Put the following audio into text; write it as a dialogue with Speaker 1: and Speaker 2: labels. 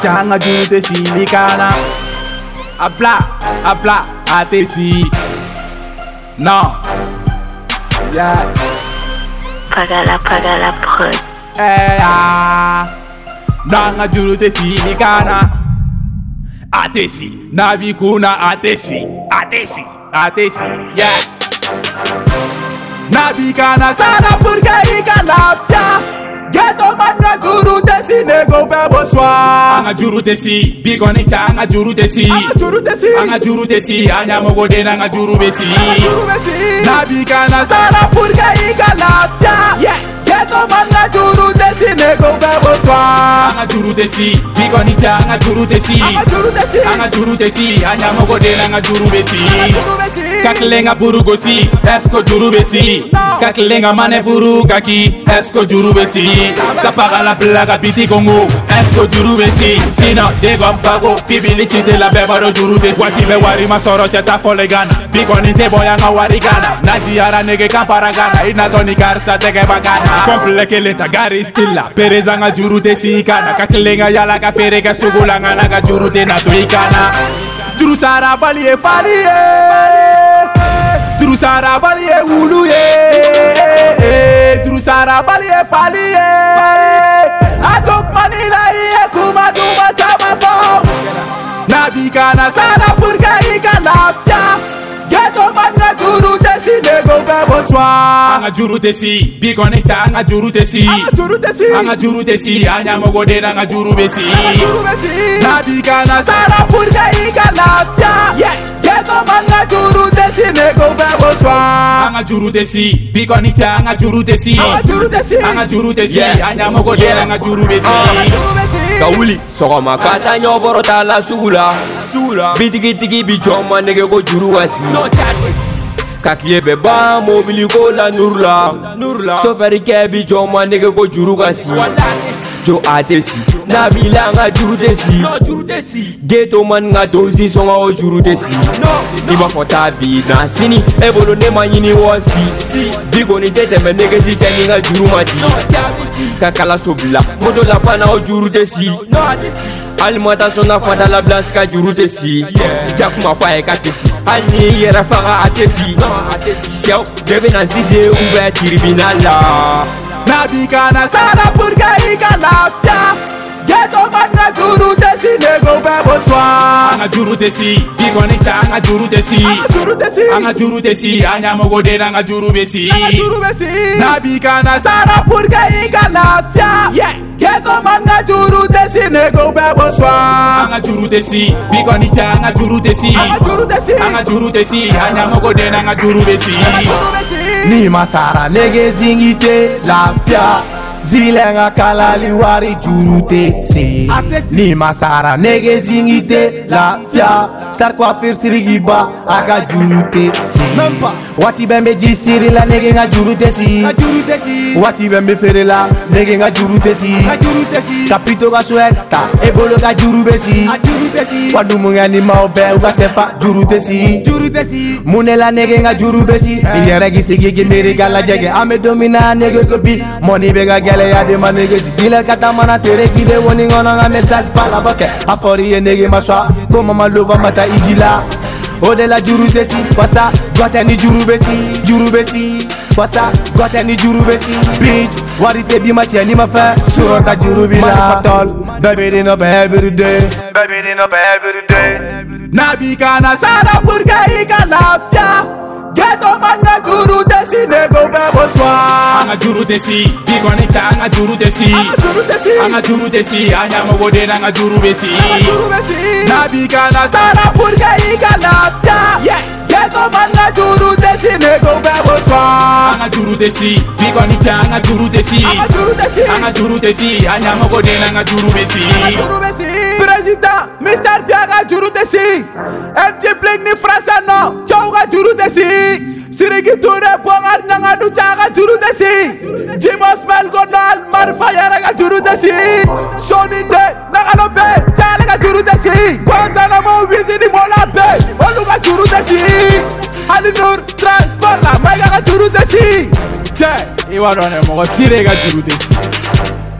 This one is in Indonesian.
Speaker 1: ちゃんが言うて死にかなあぶらあぶらあてしなや
Speaker 2: Pagala Pagala Prod.
Speaker 1: えやなんが言うて死にかなあてしなびくなあてしあてしあてしやなびかなさらぶりがいいかなぴゃ Ghetto man na juru desi nego bebo swa Anga juru desi, big on it anga juru desi
Speaker 3: Anga juru desi.
Speaker 1: Anga juru desi, anya mogo den anga juru besi
Speaker 3: juru besi.
Speaker 1: Na bika na sara purga ika lapta Yeah Ghetto man na juru desi nego bebo swa Anga juru desi, big on it anga juru desi
Speaker 3: Anga juru desi.
Speaker 1: Anga juru desi, anya mogo den anga juru besi
Speaker 3: juru besi.
Speaker 1: Kaklenga burugosi, esko juru besi
Speaker 3: No.
Speaker 1: Kaklenga mane furu kaki, esko juru besi Tapaga la plaga piti kongo, esko juru besi Sino de gompago, pibili site la bebaro juru besi Wati be wari masoro cheta fole gana Biko ni te boya nga wari gana Naji ara nege kampara gana Ina toni karsa teke bagana Komple keleta gari stila Pereza nga juru desi ikana Kaklenga yala ka fere ka sugula nga naga juru de na tuikana Juru sara bali e fali e Trusara bali e wulu ye Trusara bali e fali ye Adok manila ye kuma duma chama fo Nabi kana sana purga ika lafya Ghetto man na juru desi nego bebo swa Anga juru desi, bikoneta anga juru desi
Speaker 3: Anga juru desi.
Speaker 1: Anga juru desi, anya mogodena anga juru besi
Speaker 3: Anga juru besi.
Speaker 1: Nabika na sara purga ika lapya Yeah, Ghetto man na juru desi nego bebo swa Anga juru desi, bikonita anga juru desi
Speaker 3: Anga juru desi.
Speaker 1: Anga juru desi,
Speaker 4: Yeah.
Speaker 1: anya mogodena anga juru besi
Speaker 4: Anga
Speaker 3: juru besi.
Speaker 4: ka wuli sɔgɔma ka taa ɲɔbɔrɔ t'a la sugu la sugu la bitigitigi bi jɔn ma nɛgɛ ko juru ka si ka tile bɛ ban mobili ko la nuru la sofɛrikɛ bi jɔn ma nɛgɛ ko juru ka si jo a tɛ si n'a b'i la n ka juru tɛ si geto mani ka dozi sɔngɔ o juru tɛ si i b'a fɔ taa bi na sini e bolo ne ma ɲini wɔsi bi kɔni tɛ tɛmɛ negesi cɛ ni n ka juru ma di ka kalaso bila moto la fana o juru tɛ si alimatation na fata labila si ka juru tɛ si ja kuma fɔ a ye e ka tɛ si hali ni i yɛrɛ faga a tɛ si sɛw bɛɛ bɛna sise u bɛ tiribina la
Speaker 1: Nabika na sara purga ika lapya Ghetto man na juru desi nego bebo swa Anga juru desi, bikonita anga juru desi
Speaker 3: Anga juru desi.
Speaker 1: Anga juru desi, anya mogodena anga juru besi
Speaker 3: Anga juru besi.
Speaker 1: Nabika na sara purga ika lapya Yeah Ghetto man na juru desi nego bebo swa Anga juru desi, bikonita anga juru desi
Speaker 3: Anga juru desi.
Speaker 1: Anga juru desi, anya mogodena anga juru besi
Speaker 3: Anga juru besi.
Speaker 5: ni masara nege zingi te lafiya zilenga kalali wari juru te se ni masara nege zingi te lafiya sarkwafir sirigiba a ka juru te se waati bɛn bɛ ji siri la nege n ka juru te si waati bɛn bɛ feere la nege n ka juru te si kapito ka suwɛ ta e bolo ka juru be si wadumuŋɛni maw bɛɛ u ka sɛfa juru Eh. te si munela nege nga juru besi i yɛrɛ k'i sigi k'i miiri ka lajɛ kɛ an bɛ don min na nege ko bi mɔni bɛ ka gɛlɛya de ma ya nege si dilɛ ka taa mana tere k'i de wɔni kɔnɔ nka mɛsali balabɔ kɛ a fɔr'i ye nege ma sɔn ko mama lofa ma taa i ji la o Oh, de la juru tɛ si wasa gɔ tɛ ni juru bɛ si juru bɛ si wasa gɔ tɛ ni juru bɛ si bitch wari tɛ d'i ma cɛ n'i ma fɛn sɔrɔ ta juru b'i la manipatɔl bɛɛ b'i di nɔfɛ everyday bɛɛ b'i di nɔfɛ everyday.
Speaker 1: Nabika na sara purga ika lafya Ghetto man na juru desi nego bebo swa Anga juru desi, bikonita anga juru desi
Speaker 3: Anga juru besi.
Speaker 1: Anga juru desi, anya mogode na anga juru besi
Speaker 3: Anga juru besi.
Speaker 1: Nabika na sara purga ika lafya Ghetto man na juru desi nego bebo swa Anga juru desi, bikonita anga juru desi
Speaker 3: Anga juru besi.
Speaker 1: Anga juru desi, anya mogode na anga juru besi
Speaker 3: Anga juru besi.
Speaker 1: President, Mr. Biaga juru desi MJ Blink ni Frasa no Chow ga juru desi Sirigi Ture Bwangar Nyanga Ducha ga juru desi Jim Osman Gonal Marfa Yara ga juru desi Sony De Nagano Be Chale ga juru desi Guantanamo Wizi ni Mola Be Olu ga juru desi Ali Nur Transport La Mega ga juru desi Che, iwa done mogo sire ga juru desi